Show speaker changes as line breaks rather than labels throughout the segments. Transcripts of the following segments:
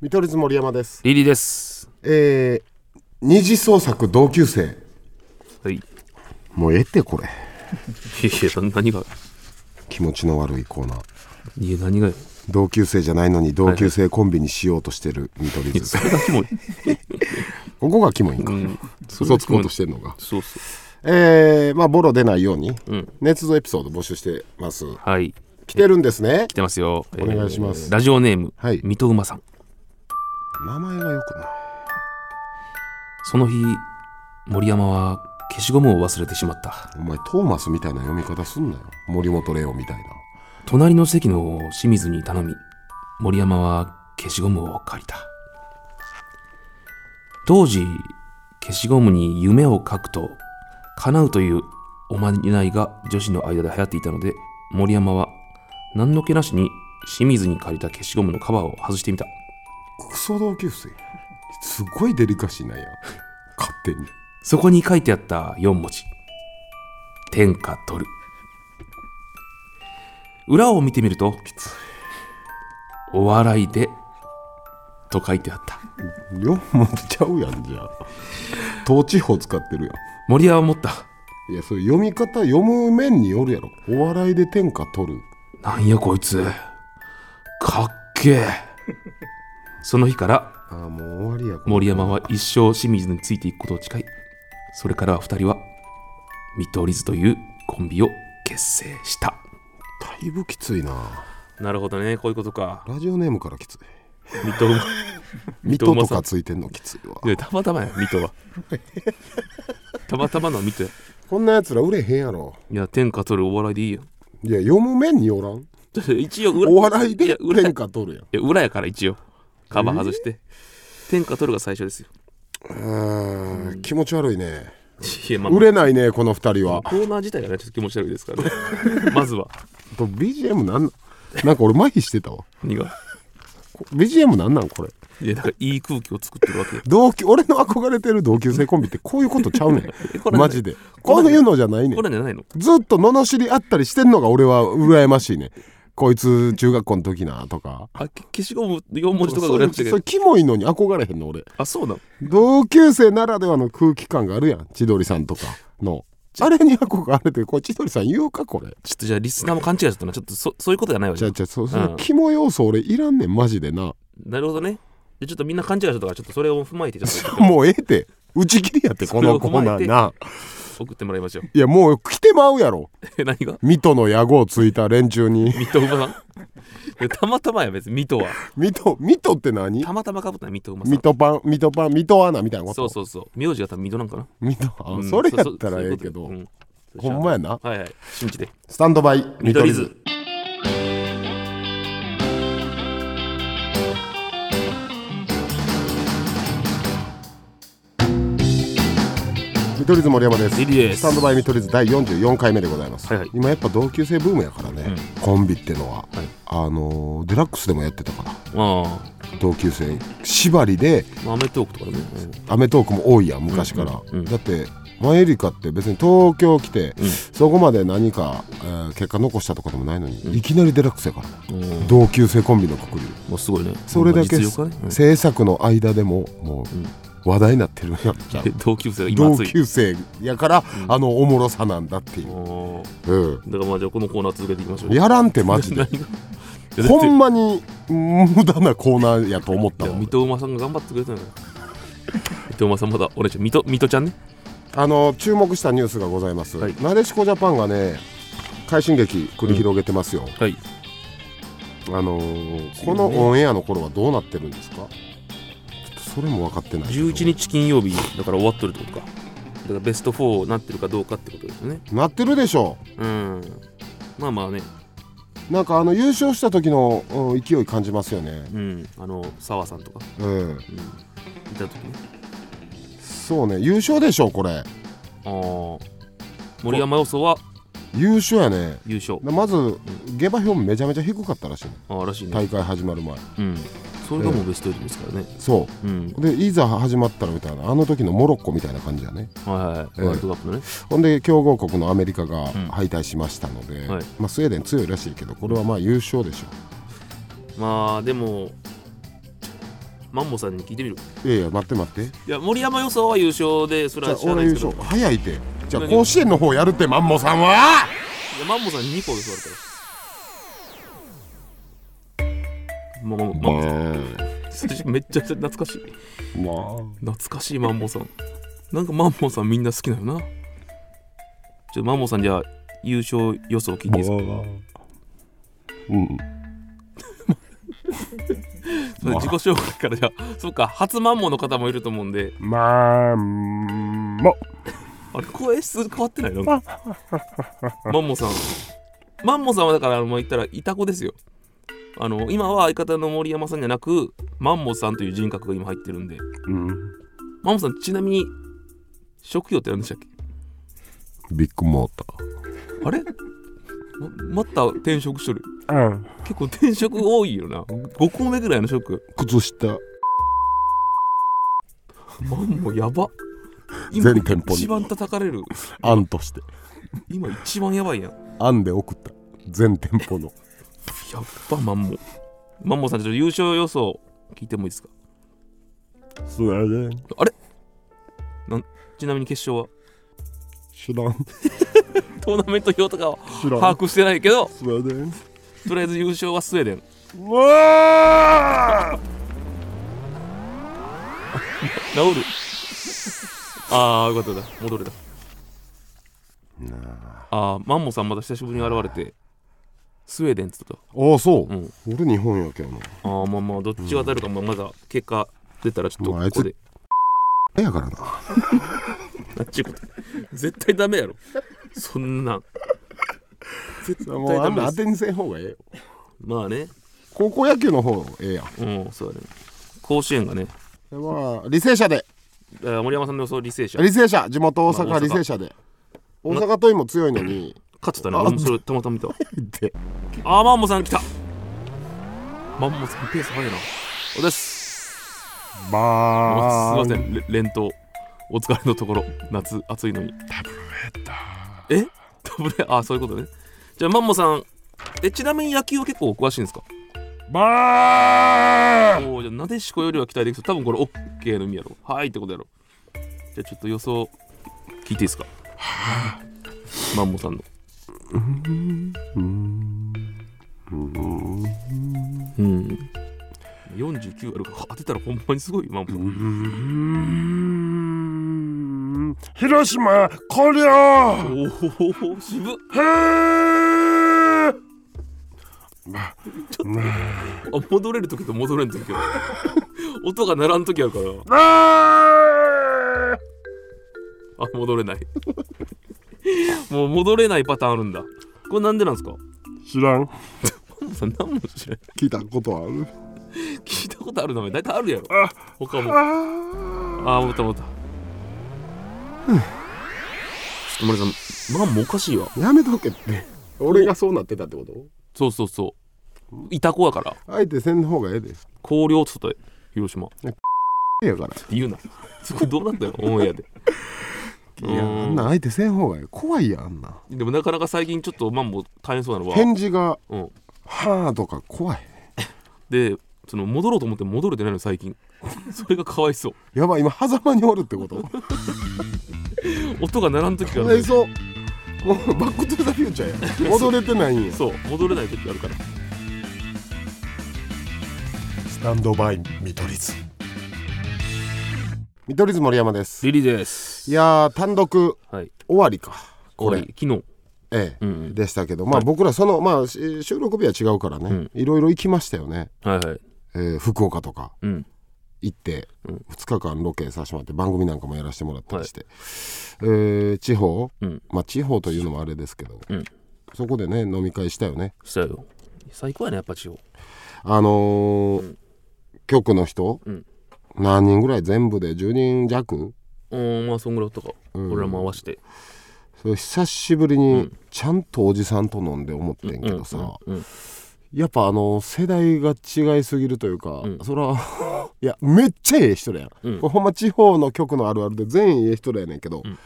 見取り図森山です。
リリーです。
えー、二次創作同級生。
はい。い
もうええってこれ。
や、何が、
気持ちの悪いコーナー。
いや、何がよ。
同級生じゃないのに同級生コンビにしようとしてる見取り図。
それがキモい。
ここがキモいんか。
うん。それ
嘘
が
つ
キ
こ
モ
う
い
としてるのが。
そうそう。
えー、まあボロ出ないように、
ん
捏造エピソード募集してます。
はい。
来てるんですね
来。てますよ。お
願いします
ラジオネーム、
はい
水戸馬さん。
名前がよくない。
その日、森山は消しゴムを忘れてしまった。
お前トーマスみたいな読み方すんなよ。森本レオみたいな。
隣の席の清水に頼み、森山は消しゴムを借りた。当時、消しゴムに夢を書くと叶うというおまじないが女子の間で流行っていたので、森山は何の気なしに清水に借りた消しゴムのカバーを外してみた。
クソ同級生。すごいデリカシーなんや。勝手に。
そこに書いてあった4文字。天下取る。裏を見てみると、お笑いで、と書いてあった。
4文字ちゃうやんじゃあ統治法使ってるやん
森山は思った。
いやそれ読み方読む面によるやろお笑いで天下取る
なんやこいつ。かっけえ。その日から
ああもう終わりやこれ
森山は一生清水についていくことを誓い、それから二人は、見取り図というコンビを結成した。
だいぶきついな
なるほどね、こういうことか。
ラジオネームからきつい
水戸 馬。
水戸とかついてんのきついわ
いやたまたま や水戸はたまたまの水戸や
こんなやつら売れへんやろ
いや天下取るお笑いでいいよ
いや読む面によらん
一応裏
お笑い
い
で
や 裏や
天下取るやん
いや裏やから一応カバー外して、天下取るが最初ですよ
あー気持ち悪いね
いやまあ
売れないねこの二人は
コーナー自体がねちょっと気持ち悪いですからね まずは
と BGM なんなんなんか俺麻痺してたわ
何が
こ BGM なんなんこれ
いやなんかいい空気を作ってるわけよ
同級俺の憧れてる同級生コンビってこういうことちゃうね
こ
ん
れ
マジでこ
これ
ういうのじゃないねん
これじゃないの
ずっと罵りあったりしてんのが俺は羨ましいねんこいつ中学校の時なとか
あけ消しゴム4文字とか
そ
ぐら
れ
いだったけ
そ
ど
れキモいのに憧れへんの俺
あそうなの
同級生ならではの空気感があるやん千鳥さんとかのあれに憧れてこれ千鳥さん言うかこれ
ちょっとじゃあリスナーも勘違いしちゃったなちょっとそそういうことじゃないわ
じ
じ
ゃ
ゃ
あじゃあそそ
うん
のキモ要素俺いらんねんマジでな
なるほどねでちょっとみんな勘違いしちゃったからちょっとそれを踏まえてちょっ
もうええって打ち切りやってこのコーナーな
と送ってもらいましょう
いやもう来てまうやろ
え何が
水戸の野号ついた連中 に
水戸馬さんいやたまたまや別に水戸は
水戸水戸って何
たまたまかぶったな水戸馬さ
水
ん
戸パン水戸パン水戸アナみたいなこと
そうそうそう名字が多分水戸なんかな、
水戸あ
うん
それやったらええけ
そ
ど
ういうことうん
ほんまやな
はいはい信じて
スタンドバイ
見取り図
見取り図森山です
リリーです
スタンドバイ見取り図第44回目でございます、
はいはい
今やっぱ同級生ブームやからね、コンビってのは、
はい
あのーデラックスでもやってたから
あ
同級生縛りで
あまあアメトークとかでもね、うん
アメトークも多いやん昔から、
うんうん
だってマエリカって別に東京来て、そこまで何か、えー結果残したとかでもないのに、いきなりデラックスやから、
うん
同級生コンビの国流
もうすごいね
それだけ、
実力がね、うん
制作の間でももう話題になってるやんじゃん
同級生が 今
同
熱い
級生やから、あのおもろさなんだっていう、
おー
うん、
だからまあじゃあこのコーナー続けていきましょう
やらんってマジで
何 がいやだ って
ほんまに無駄なコーナーやと思った
いや
わ
水戸馬さんが頑張ってくれたのよ水戸馬さんまだ俺じゃ水戸水戸ちゃんね
あの注目したニュースがございます、
はい
なでしこジャパンがね快進撃繰り広げてますよ、
はい
あのーこのオンエアの頃はどうなってるんですかちょっとそれも分かってないけど
11日金曜日だから終わっとるってことかだからベスト4になってるかどうかってことですよね
なってるでしょ
うんまあまあね
なんかあの優勝した時のうん勢い感じますよね
うんあの澤さんとか、
うん
うん、いた時ね
そうね優勝でしょこれ
ああ森山予想は
優勝やね
優勝
なまず下馬評めちゃめちゃ低かったらしいの
ああらしいね、
大会始まる前
うんそれがもうベスト8ですからね
そ
うん
うでいざ始まったらみたいなあの時のモロッコみたいな感じやね
はいはい、
ええ
ワールドカップのね
ほんで強豪国のアメリカが
ん
敗退しましたので、
はい
まあ、スウェーデン強いらしいけどこれはまあ優勝でしょ
まあでもマンモさんに聞いてみる
いやいや待って待って
いや森山予想は優勝でそれ
じゃ
は
あ
知らな
俺
いで
優
すけど
勝早いてじゃあ甲子園の方やるってマンモさんはい
やマンモさん2個で座るからもうもうマンモさんめっちゃ懐かしい懐かしいマンモさんなんかマンモさんみんな好きなよなちょっとマンモさんじゃあ優勝予想聞いていいですか
うん
それ自己紹介からじゃあそっか初マンモの方もいると思うんで
まあも
あれ声質変わってないのマンモさんマンモさんはだからあのまあ言ったらイタコですよあの今は相方の森山さんじゃなくマンモさんという人格が今入ってるんで
うん
マンモさんちなみに職業って何でしたっけ
ビッグモー
あれままた転職しとる
ターうん
結構転職多いよな5個目ぐらいの職
靴下
マンモやば今
全店舗
一
に
番叩かれる
案として
今一番やばいやん
案で送った全店舗の
やっぱマンモマンモさんちょっと優勝予想聞いてもいいですか
すいません
ちなみに決勝は
知らん
トーナメント表とかは
知らん
把握してないけど
すいません
とりあえず優勝はスウェーデン
うわ
治るああよかったよかった戻れたああマンモさんまた久しぶりに現れてスウェーデンっつって
ああそう、
うん
俺日本やけどな
たああまあまあどっちが当たるかもまだ結果出たらちょっと
ま
こ
ああいつ
こで
やからな
あっちゅうこと 絶対ダメやろそんなん絶対
もうあ
ダ
ん
メ
な当
です
てにせん方がええよ
まあね
高校野球の方ええやん
うんそうだね甲子園がね
では履正社で
えー森山さんの予想履正社勝
履正社地元大阪
まあ大阪
履正社で大阪桐蔭も強いのに
ってたね俺もそれたまたま見たわ
で
あーマンモさん来たマンモさんペース早いなおです
ま
あすいませんれ連投お疲れのところ夏暑いのにダブルヘッダーえダブルヘッあーそういうことねじゃあマンモさんえちなみに野球は結構お詳しいんですか
バー
おおじゃあなでしこよりは期待できそう多分これ OK の意味やろはいってことやろじゃあちょっと予想聞いていいですかマンモさんのうん49あるから当てたらほんまにすごいよマンモさん
広島こりゃー
おお渋っ
へー
あ戻れる時と戻れん時と音が鳴らん時あるから
あ
あ戻れないもう戻れないパターンあるんだこれなんでなんですか
ー知 らん
そんなもん知らん
聞いたことある
聞いたことある名前大体あるやろ
あ
他も
あ
ああ戻った戻ったちょっと森さんマンもおかしいわ
やめとけって俺がそうなってたってこと
そうそうそういた子やから
あえてせんの方がええで
広陵っつったで広島っ
ええやから
て言うなそこどうなったよオンエアで
いやあんなん相手せん方がええ怖いやんあんな
でもなかなか最近ちょっとマンも大変そうなのは
返事が
うん
「はあ」とか怖い
でその戻ろうと思っても戻れてないの最近 それがかわいそう
やばい今狭間におるって こと
音が鳴らん時
か
があ
わ
る
いそうもうバック・トゥ・ザ・フューチャ ーや戻れてないんや
そう戻れない時があるから
スタンドバイ見取り図見取り図森山です
リリーです
いやー単独
はい
終わりか
こ
こ
れ
れ
昨日
ええ
うんうん
でしたけどまあ僕らそのまあし収録日は違うからねいろいろ行きましたよね
はいはい
えー福岡とか
うん
行って
うん
2日間ロケさせてもらって番組なんかもやらせてもらったりして、えー地方
うん
まあ地方というのもあれですけど、
うん
そこでね飲み会したよね
したよ最高やねやっぱ地方
あのー局の人、
うん
何人ぐらい全部で10人弱
うんまあそんぐらいとか、俺らも合わせて
それ久しぶりにちゃんとおじさんと飲んで思ってんけどさ、
うん
やっぱあの世代が違いすぎるというか、
うん
そら いやめっちゃええ人らやん、
うん
これほんま地方の局のあるあるで全員ええ人らやねんけど、
うん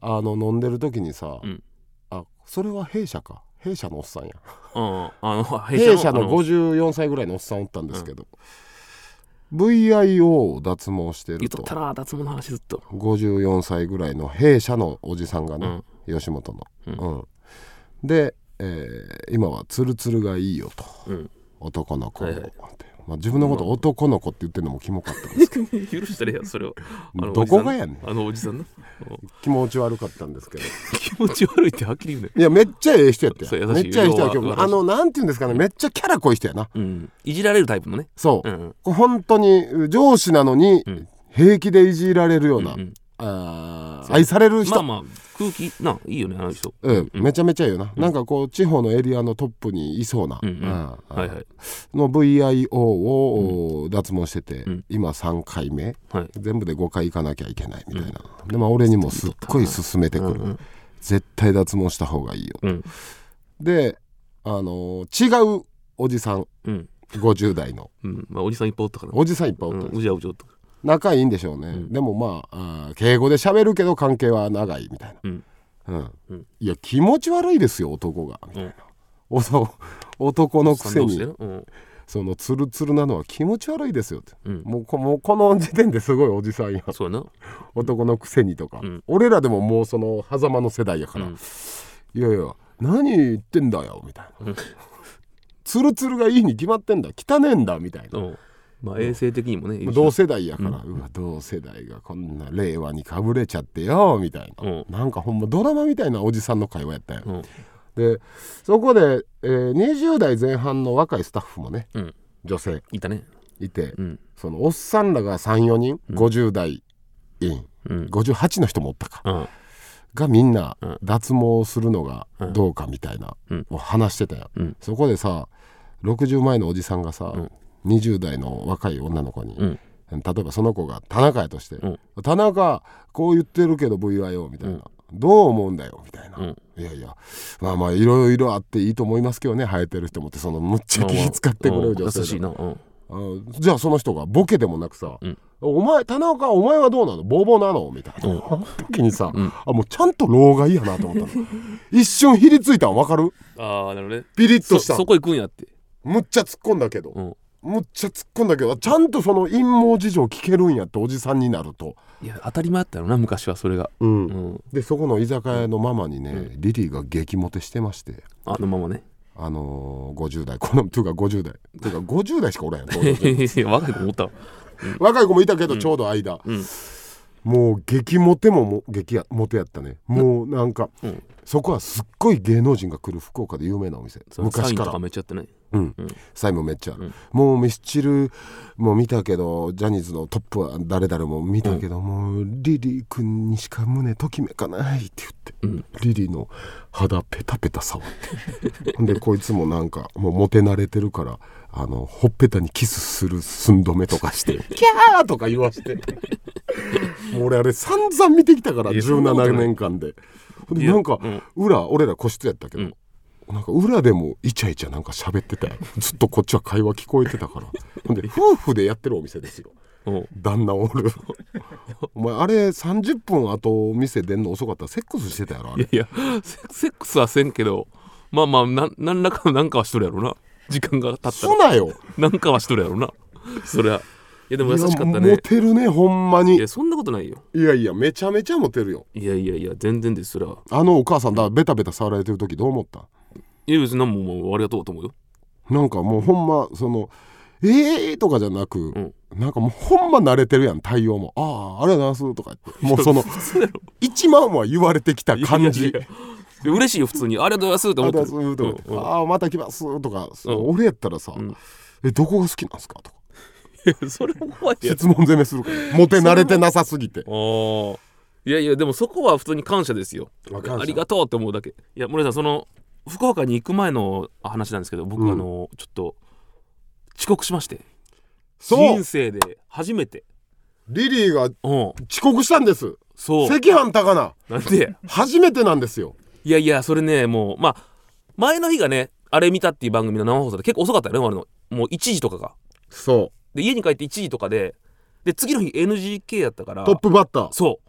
あの飲んでる時にさ、
うん
あそれは弊社か弊社のおっさんや
あああの
弊社の
あの
54歳ぐらいのおっさんおったんですけど、 VIO を脱毛して
言
る
っと
と
ったな脱毛の話ずっ と
54歳ぐらいの弊社のおじさんがね、吉本の、うんで、えー今はツルツルがいいよと、
うん
男の子を
はいはい
まあ、自分のこと男の子って言ってるのもキモか ったんですけど
許してねえよそれをあの
どこがやねん
おじさのあのおじさんの
気持ち悪かったんですけど
気持ち悪いってはっきり言うね
いやめっちゃええ人やって
そう優しい
めっちゃええ人やけ
要
ど
は
あのなんて言うんですかねめっちゃキャラ濃い人やな
うんいじられるタイプのね
そう、
うん
これ本当に上司なのに、
ん
平気でいじられるような、
うん
あー愛される人、
まあまあ空気ないいよねあの人
うん、めちゃめちゃいいよな、なんかこう地方のエリアのトップにいそうな、
うんうん
ああ
はいはい
の VIO を、脱毛してて、
ん
今3回目
はい
全部で5回行かなきゃいけないみたいな、でまあ俺にもすっごい勧めてくる、
うんうん
絶対脱毛した方がいいよ
うん
であのー違うおじさん
うん
50代の
うんまあおじさんいっぱいおったから
おじさんいっぱいおったん
う
です、
んうじゃうじゃおったから
仲いいんでしょうね、
ん
でもまああー敬語で喋るけど関係は長いみたいな、
うん
うん
うん
いや気持ち悪いですよ男がみたいな、
うん
お そ男のくせ
賛同して
に
なうん
そのツルツルなのは気持ち悪いですよって、
うん
もうこもうこの時点ですごいおじさんや
そうやな
男のくせにとか、
うん
俺らでももうその狭間の世代やから、
うん
いやいや何言ってんだよみたいな、
うん
ツルツルがいいに決まってんだ汚ねえんだみたいな、
うんまあ衛生的にもねいいし
同世代やから、うわ同世代がこんな令和にかぶれちゃってよみたいな、
うん
なんかほんまドラマみたいなおじさんの会話やったよ、
うん
でそこで、えー20代前半の若いスタッフもね
うん
女性
いたね
いて、
うん
そのおっさんらが34人、50代員
うん
58の人もおったか
うん
がみんな
うん
脱毛するのがどうかみたいな、
うん
を話してたよ、
うん
そこでさ60前のおじさんがさ、20代の若い女の子に、
うん
例えばその子が田中やとして「
うん
田中こう言ってるけど VIO」みたいな、どう思うんだよ」みたいな「
うん
いやいやまあまあいろいろあっていいと思いますけどね生えてる人も」ってそのむっちゃ気使ってくれる
うん
女性
優
だ
しいなうん
うんじゃあその人がボケでもなくさ「
うん
お前田中お前はどうなのボーボーなの?」みたいな、
うん
時にさ、
うん
あもうちゃんと老害やなと思ったの一瞬ひりついたん分かる
ああなるほどね
ピリッと
そ
した
そこ行くんやって
むっちゃ突っ込んだけど、
うん
むっちゃ突っ込んだけどちゃんとその陰謀事情聞けるんやっておじさんになると、
いや当たり前だったよな昔はそれが
うん
うん
でそこの居酒屋のママにね、リリーが激モテしてまして
あのま まね
あのー、50代このというか50代というか50代しかおらへ ん
いやいや若い子思ったわ
若い子もいたけどちょうど間、
うん
もう激モテもも激やモテやったねもうなんか、
うん
そこはすっごい芸能人が来る福岡で有名なお店
そのサイ
昔
ン
か
と
ら
かめっちゃやってない
うん
うん、
サイもめっちゃある、
うん
もうミスチルも見たけどジャニーズのトップは誰々も見たけど、もうリリー君にしか胸ときめかないって
う
言って
ん、
リリーの肌ペタペタ触って ほんでこいつもなんかもうモテ慣れてるからあのほっぺたにキスする寸止めとかして キャーとか言わしてもう俺あれ散々見てきたから
いやそんなこと
17
ない
年間でほんでなんか
いや
裏俺ら個室やったけど、
うん
なんか裏でもイチャイチャなんか喋って たよずっとこっちは会話聞こえてたからほんで夫婦でやってるお店ですよ
うん
旦那お るお前あれ30分後店出んの遅かったらセックスしてたやろあ
いや
れ
いやセセックスはせんけどまあまあなん何らかの何かはしとるやろな時間が経った
そ
ら
なよ
何かはしとるやろなそりゃいやでも優しかっ
い
た
や
ね
モテるねほんま
い
に
やそんなことないよ
いやいやめちゃめちゃモテるよ
いやいやいや全然ですそれは
あのお母さんだベタベタ触られてる時どう思った
いや別に何ももうありがとうと 思うよ
なんかもうほんまその「えー」とかじゃなく、
ん
なんかもうほんま慣れてるやん対応も「ああありがとうございます」とか言ってもう その
そうやろ
一万は言われてきた感
いや
じ
いやいや嬉しいよ普通にありがとうございますって
あ
思
り
っ
が
て
と
る
うございますとか言って
うんうん
ああまた来ますとか、そう
う
俺やったらさ、
ん
えどこが好きなんですかとか
いやそれも怖いやつ
質問攻めするからモテ慣れてなさすぎて
ああいやいやでもそこは普通に感謝ですよ
あ感謝
ありがとうって思うだけいや森田さんその福岡に行く前の話なんですけど僕、
うん
あのちょっと遅刻しまして
そう
人生で初めて
リリーが
うん
遅刻したんです
そう
赤飯高菜
なんで
初めてなんですよ
いやいやそれねもうまあ前の日がねあれ見たっていう番組の生放送で結構遅かったよね終わるのもう1時とかが
そ
で家に帰って1時とかでで次の日 NGK やったから
うトップバッター
そ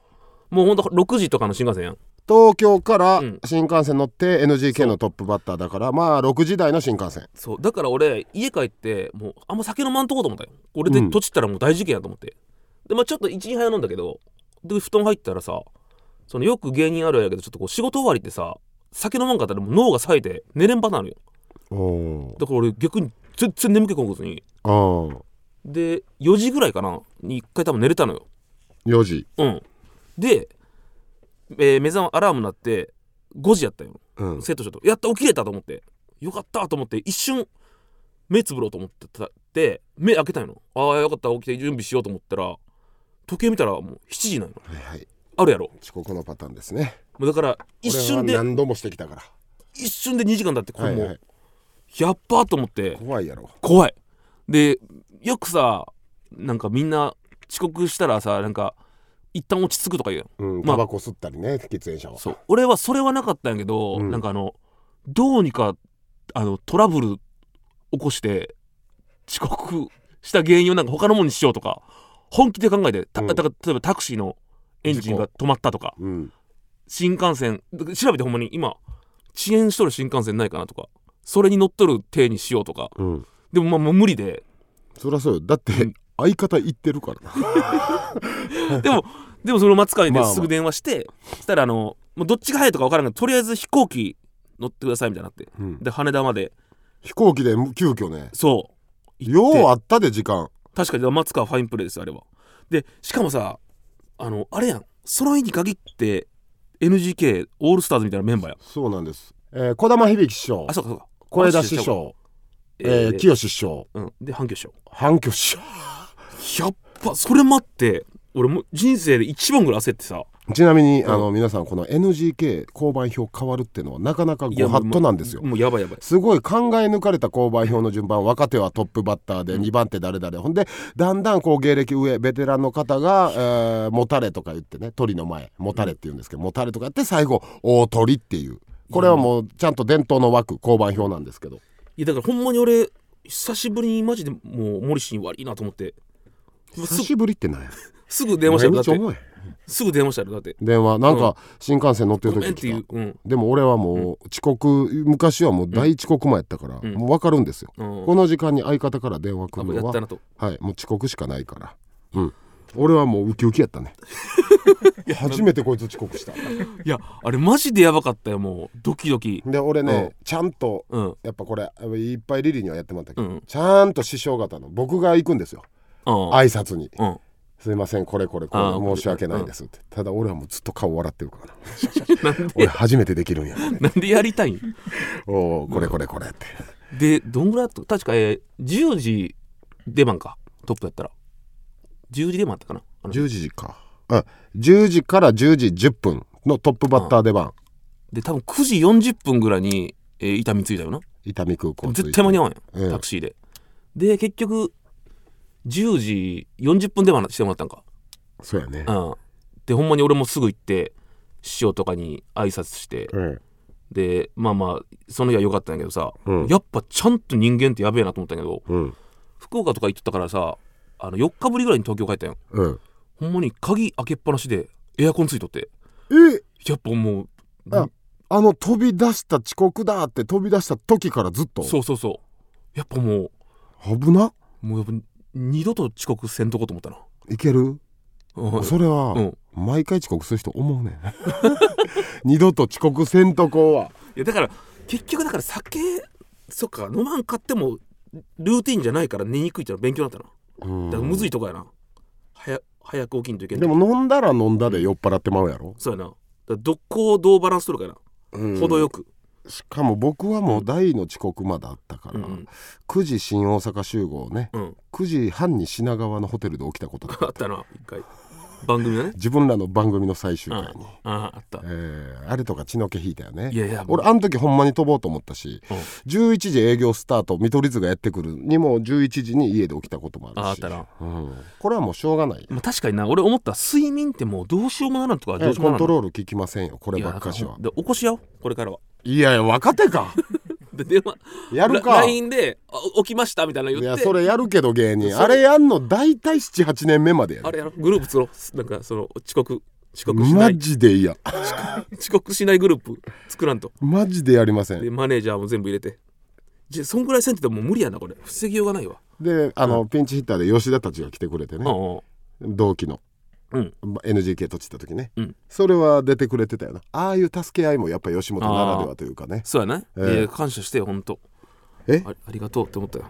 うもうほんと6時とかの新幹線やん
東京から
うん
新幹線乗って NGK のトップバッターだからまあ6時台の新幹線
そうだから俺家帰ってもうあんま酒飲まんとこうと思ったよ俺で
うん
とちったらもう大事件やと思って、でまあちょっと12杯は飲んだけどで布団入ったらさそのよく芸人あるあるやけどちょっとこう仕事終わりってさ酒飲まんかったらもう脳が冴えて寝れんパターンあるよ
お
だから俺逆に全然眠気こんことに
あー
で4時ぐらいかなに1回多分寝れたのよ
4時
うんで、えー目覚まアラーム鳴って5時やったよ
うん
セットしようとやった起きれたと思ってよかったと思って一瞬目つぶろうと思ってたって目開けたんよああよかった起きて準備しようと思ったら時計見たらもう7時なんよ
はいはい
あるやろ
遅刻のパターンですね
もうだから一瞬
俺
で
は何度もしてきたから
一瞬で2時間だってこ
は
れ
い
も
はいう
やっばーと思って
怖いやろ
怖いでよくさなんかみんな遅刻したらさなんか一旦落ち着くとか言うやん
うん
まあ
タバコ吸ったりね喫煙者は
そう俺はそれはなかったんやけど、
うん
なんかあのどうにかあのトラブル起こして遅刻した原因をなんか他のものにしようとか本気で考えてた
うん
だから例えばタクシーのエンジンが止まったとか
うん
新幹線調べてほんまに今遅延しとる新幹線ないかなとかそれに乗っとる体にしようとか
うん
でもまあもう無 理で
そりゃそうよだって
うん
相方言ってるからな
でもでもその松川にね
まあまあ
すぐ電話してしたらあのもうどっちが早いとか分からんけどとりあえず飛行機乗ってくださいみたいになって
うん
で羽田まで
飛行機で急遽ね
そう
ようあったで時間
確かに松川ファインプレーですあれはでしかもさあのあれやんその日に限って NGK オールスターズみたいなメンバーや
そうなんですえー児玉響師匠
あそうかそうか
小枝師匠
え
えー
ー
清志師匠
うん、で反響しよ
反響師匠
うやっぱそれ待って俺もう人生で一番ぐらい焦ってさ
ちなみに、
うん
あの皆さんこの NGK 交番表変わるってのはなかなか
い
ご
や
法
もう
度なんですよ
もうやばいやばい
すごい考え抜かれた交番表の順番若手はトップバッターで
うん
2番手誰々ほんでだんだんこう芸歴上ベテランの方が「えーもたれ」とか言ってね鳥の前「もたれ」って言うんですけど「もたれ」とかやって最後「大鳥」っていうこれはもうちゃんと伝統の枠交番表なんですけど
いやだからほんまに俺久しぶりにマジでもう森氏に悪いなと思ってもう
久
す
しぶりってなんや
すぐ電話したよだ
毎
っ
日
て
思え
すぐ電話したよだって
電話なん
うん
か新幹線乗ってる
ごめん
時
って
来
い
た
ううん
でも俺はもう遅刻昔はもう大遅刻前やったから
うん
もう分かるんですよ
うん
この時間に相方から電話
あ
来
もう
る
や
の
った
は、
なと
はい、もう遅刻しかないから、うん、俺はもうウキウキや ったね初めてこいつ遅刻した
いやあれマジでやばかったよもうドキドキ
で俺ね、ちゃんと
うん
やっぱこれいっぱいリリーにはやってもらったけ
う
ど、
ん
ちゃんと師匠方の僕が行くんですよ
うん
挨拶に
うん
「すいませんこれこれこ
あー
れ申し訳ないです」ってただ俺はもうずっと顔笑ってるからな
なんで
俺初めてできるんや
なんでやりたいん
おおこれこれこれって
でどんぐらいだった確か、えー、10時出番かトップだったら10時出番だったかなあの
10時かあ10時から10時10分のトップバッター出番
で多分9時40分ぐらいに、えー、伊丹着いたよな
伊丹空港着いて
絶対間に合わんや
うんん
タクシーで、で結局10時40分出番してもらったんか
そうやね
うんでほんまに俺もすぐ行って師匠とかに挨拶して
うん
でまあまあその日は良かったんやけどさ、
うん
やっぱちゃんと人間ってやべえなと思ったんやけど
うん
福岡とか行っとったからさあの4日ぶりぐらいに東京帰ったんよ
うん
ほんまに鍵開けっぱなしでエアコンついとって
え
やっぱもう
ああの飛び出した遅刻だって飛び出した時からずっと
そうそうそうやっぱも
危な
うもうやっぱ二度と遅刻せんとこと思ったな、
いける
うん
それは、
うん
毎回遅刻する人思うねん 二度と遅刻せんとこはい
やだから結局だから酒そっか飲まん買ってもルーティンじゃないから寝にくいってのは勉強になったな
うん
だからむずいとこやな早早く起きんといけん
でも飲んだら飲んだで酔っ払ってまうやろ、
そうやなだからどこをどうバランス取るか
う
や
ん
な程よく、
しかも僕はもう大の遅刻まだあったから、
うんうん
9時新大阪集合ね
うん、
9時半に品川のホテルで起きたことだ
あったな一回番組のね
自分らの番組の最終回に、
ああった
えーあれとか血の気引いたよね
いやいや
俺あの時ほんまに飛ぼうと思ったし、
うん
11時営業スタート見取り図がやってくるにも11時に家で起きたこともあるし
ああったな、
うんこれはもうしょうがない、
まあ、確かにな俺思った睡眠ってもうどうしようもならんとかどうしよう
コ
も
ン
なら
ト
ん
ロール効きませんよこればっかしは
で起こしようこれからはい
やいや若手か
で電話
やる
ラ
かい
LINE であ「起きました」みたいなの言っ
や
て
それやるけど芸
そ
人
れ
あれやんの大体78年目までや
あ
る
れやろグループ作ろうなんかその遅刻遅刻しな
マ
い
ジで嫌
遅刻しないグループ作らんと
マジでやりません
でマネージャーも全部入れてじゃそんぐらいせんってたらもう無理やなこれ防ぎようがないわ
であの、ピンチヒッターで吉田たちが来てくれてね、
あ
同期の、
うん
ま NGK とちった時ね、
うん
それは出てくれてたよなああいう助け合いもやっぱ吉本ならではというかね
そうやな、
え
え
え
ー感謝してよほんと
え
あありがとうって思ったよ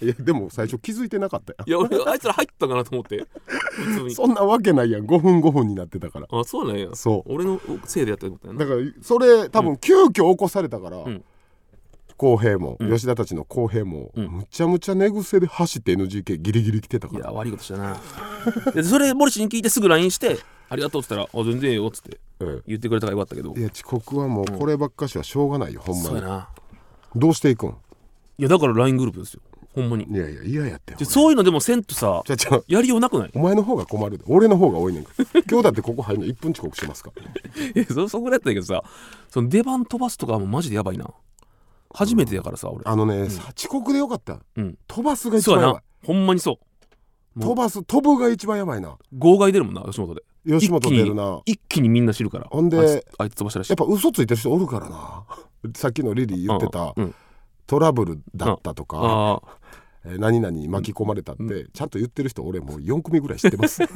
いやでも最初気づいてなかったよ
いや俺あ いつら入ったかなと思って普通に
そんなわけないやん5分5分になってたから
あそうなんや
そう
俺のせいでやったってことやな
だからそれ多分急遽起こされたから、
ん
公平も、吉田たちの公平も、むちゃむちゃ寝癖で走って NGK ギリギリ来てたか
い
ら
や悪いことしたな でそれ森氏に聞いてすぐ LINE して「ありがとう」っつったら「あ全然ええよ」っつって
え
言ってくれたからよかったけど
えいや遅刻はもうこればっかしはしょうがないよ、ほ
そ
んま
うや
に
な
どうしていくん
いやだから LINE グループですよほんまに
いやいや嫌やって
でそういうのでもせんとさ
じゃじゃ
やりようなくない
お前の方が困るで俺の方が多いねんから今日だってここ入るの1分遅刻しますから
えそそこらやったらいいけどさその出番飛ばすとかはもうマジでやばいな初めてやからさ俺
あのね、さ遅刻でよかった
うん
飛ばすが一
そう
番
や
やば
なほんまにそう
い飛ばす飛ぶが一番やばいな
号外出るもんな吉本で
吉本
一気に
出るな
一気にみんな知るから
ほんで
あいつあいつ飛ばしたらしい
やっぱ嘘ついてる人おるからな さっきのリリー言ってた、
うんうん
トラブルだったとか、
あ
えー何々に巻き込まれたって、ちゃんと言ってる人俺もう4組ぐらい知ってます
ー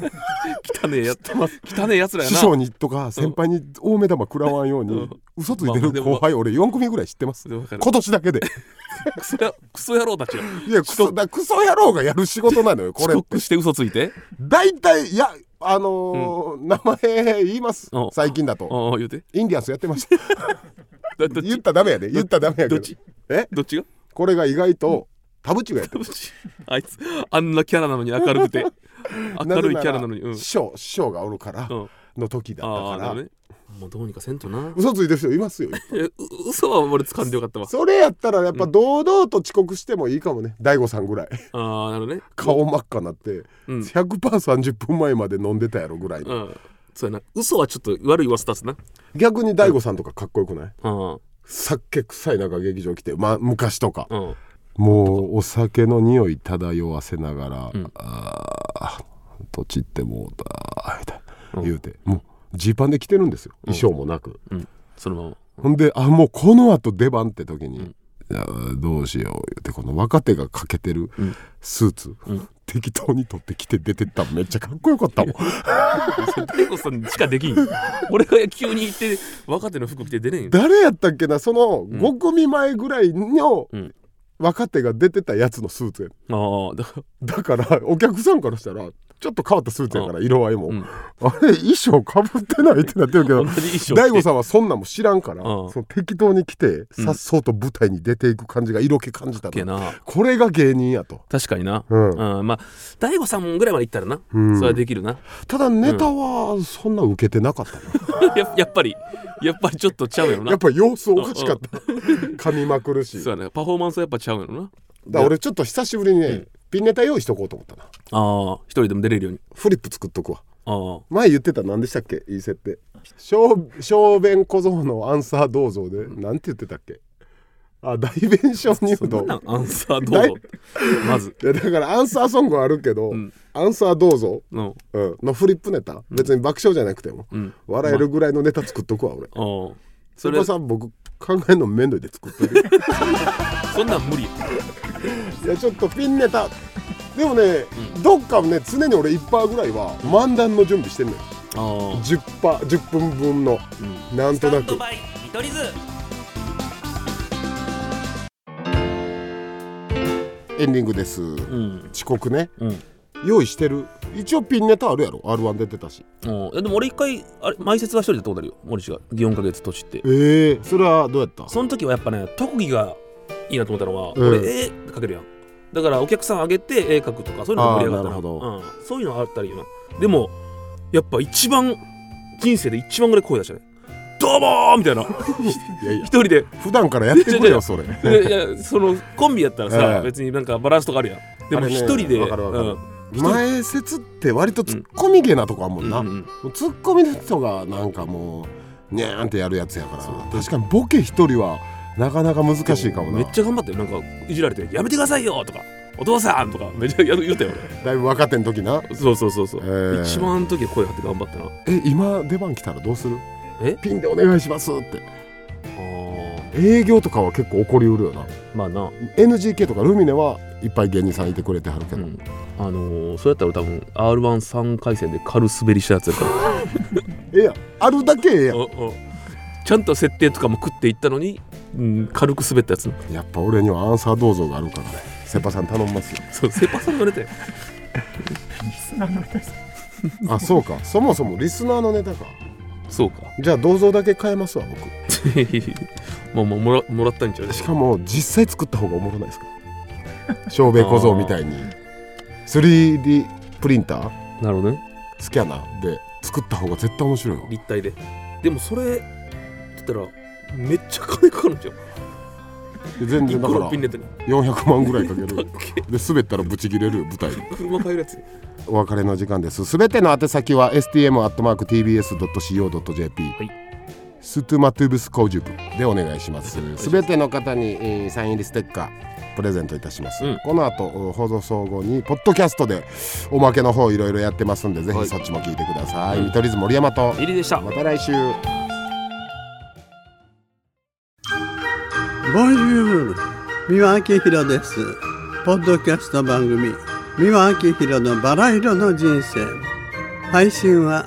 汚ねえ やってます汚ねえやつらや
師
な
匠にとか先輩に大目玉食らわんように、
うん
嘘ついてる後輩俺4組ぐらい知ってます
でわかる
今年だ けで
クソやクソ野郎たちが
いやクソだクソ野郎がやる仕事なのよこれ
遅刻して嘘ついて
大体いやあのー名前言います
うん
最近だと
ああ言うて
インディアンスやってました
だ どっ
言っ
ち
たらダメやで言ったらダメや
ど
け
っ
ど
ち
え
どっちが
これが意外と田淵がやって
どっちあいつあんなキャラなのに明るく て明るいキャラなの
ぜ
にうん、う
ら
ん、
師匠師匠がおるから
あ
の時だ
あ
ったか
ーなるほど
ら
ねもうどうにかせんとな
嘘ついてる人いますよ
えう嘘は俺掴んでよかったわ
それやったらやっぱ堂々と遅刻してもいいかもね大悟さんぐらい
ああなるほどね
顔真っ赤になって
うん
100%30 分前まで飲んでたやろぐらいの
うんそうやな嘘はちょっと悪い噂立つな
逆に大悟さんとかかっこよくない
うん
酒臭い中劇場来てまあ昔とか
うん
もうお酒の匂い漂わせながら「
うん
ああとちってもうた」みたいな
うん
言うて、もうジーパンで着てるんですよ衣装もなく、
うんそのまま
ほんであもうこのあと出番って時に、
うん
いやどうしよう言ってこの若手がかけてる
うん
スーツ、
うん
適当に取ってきて出てったのめっちゃかっこよかったもん
大悟さんしかできん俺が急に行って若手の服着て出ねえよ
誰やったっけなその5組前ぐらいの
うん
若手が出てたやつのスーツや
ああだか
だからお客さんからしたらちょっと変わったスーツやから色合いも、
うん
あれ衣装かぶってないってなってるけ
ら
ど
同じ 衣装
大悟さんはそんなんも知らんから、
うん
その適当に来てさっそうと舞台に出ていく感じが色気感じたと、
けな
これが芸人やと、
確かにな
うん
うん、まあ大悟さんぐらいまで行ったらな、
うん
それはできるな
ただネタはそんな受けてなかったな、
ややっぱりやっぱりちょっとちゃうやろな
やっぱ様子おかしかった、噛みまくるし
そうやねパフォーマンスはやっぱちゃうやろな
だから俺ちょっと久しぶりにね、ピンネタ用意しとこうと思ったな
ああ一人でも出れるように
フリップ作っとくわ
ああ
前言ってた何でしたっけいい設定小小便小僧のアンサー銅像で、なんて言ってたっけあ大弁小乳
そ
道
んなんアンサーどうぞまず
いやだからアンサーソングはあるけど、
ん
アンサーどうぞ、
の
うん、のフリップネタ、別に爆笑じゃなくても、
うん
笑えるぐらいのネタ作っとくわ俺
ああそ
そ
れ
れ
そ
さん僕考えるの面倒で作ってる
んなん無理
いやちょっとピンネ タでもね、どっかね常に俺1%ぐらいは漫談の準備してんのよ
ああ
10%10 分分の、なんとなく
バイ見取り図
エンディングです、
うん
遅刻ね
うん
用意してる一応ピンネタあるやろ r 1出てたし
もういやでも俺一回あれ前説は一人でどうなるよ森氏が4ヶ月年って
ええそれはどうやった
その時はやっぱね特技がいいなと思ったのは、
うん
俺絵描けるやんだからお客さんあげて絵描くとかそういうのが盛り上がったな
あーなるほ
うん、そういうのあったりよなでもやっぱ一番人生で一番ぐらい声出したねどうもーみたいな
いやいや
一人で
普段からやってくれ よそれ
でいやそのコンビやったらさ、
ええ
別になんかバランスとかあるやんでも
あれね
一人で、
わかるわかる
うん人
前説って割とツッコミ芸なとこあんもんな、
うんうん
もうツッコミの人がなんかもうにゃーんってやるやつやから確かにボケ一人はなかなか難しいかもな
めっちゃ頑張ってなんかいじられて「やめてくださいよ!」とかお父さん!」とかめちゃやる言うたよ
だいぶ若手の時な
俺そうそうそうそう、
えー
一番あの時声張って頑張ったな
え今出番来たらどうする
え
ピンでお願いしますって
あ
営業とかは結構起こりうるよな
ーまあな
NGK とかルミネはいっぱい芸人さんいてくれてはるけ
う
ど、
ん あのー、それやったら多分 r 1 3回戦で軽滑りしたやつやから
ええやんあるだけええ やん
おおちゃんと設定とかも食っていったのに、うん、軽く滑ったやつな
やっぱ俺にはアンサー銅像があるからねセパさん頼みますよ
そうセパさんが出て
スナーの皆さん
あそうかそもそもリスナーのネタか
そうか
じゃあ銅像だけ変えますわ僕
まあまあもらもらったんちゃう
しかも実際作った方がおもろないですか小米小僧みたいに 3D プリンター
なるほどね
スキャナーで作った方が絶対面白いよ
立体ででもそれって言ったらめっちゃ金かかるんちゃう
全
一
然だ
個
か
の
ら
ピンネットに
400万ぐらいかけ
だっ
る
け
で滑ったらブチ切れるよ舞台で
車買えるやつ
お別れの時間です。すべての宛先は stm.tbs.co.jp、
はい
ストゥマトゥブスコージュブでお願いします。すべての方に、えーサイン入りステッカープレゼントいたします。
うん
この後お放送後にポッドキャストでおまけの方いろいろやってますんで、ぜ
は
ひ
い
そっちも聞いてください。
うん
見取り図森山と
エリでした
また来週。
ボンジュール三輪明宏ですポッドキャスト番組三輪明宏のバラ色の人生配信は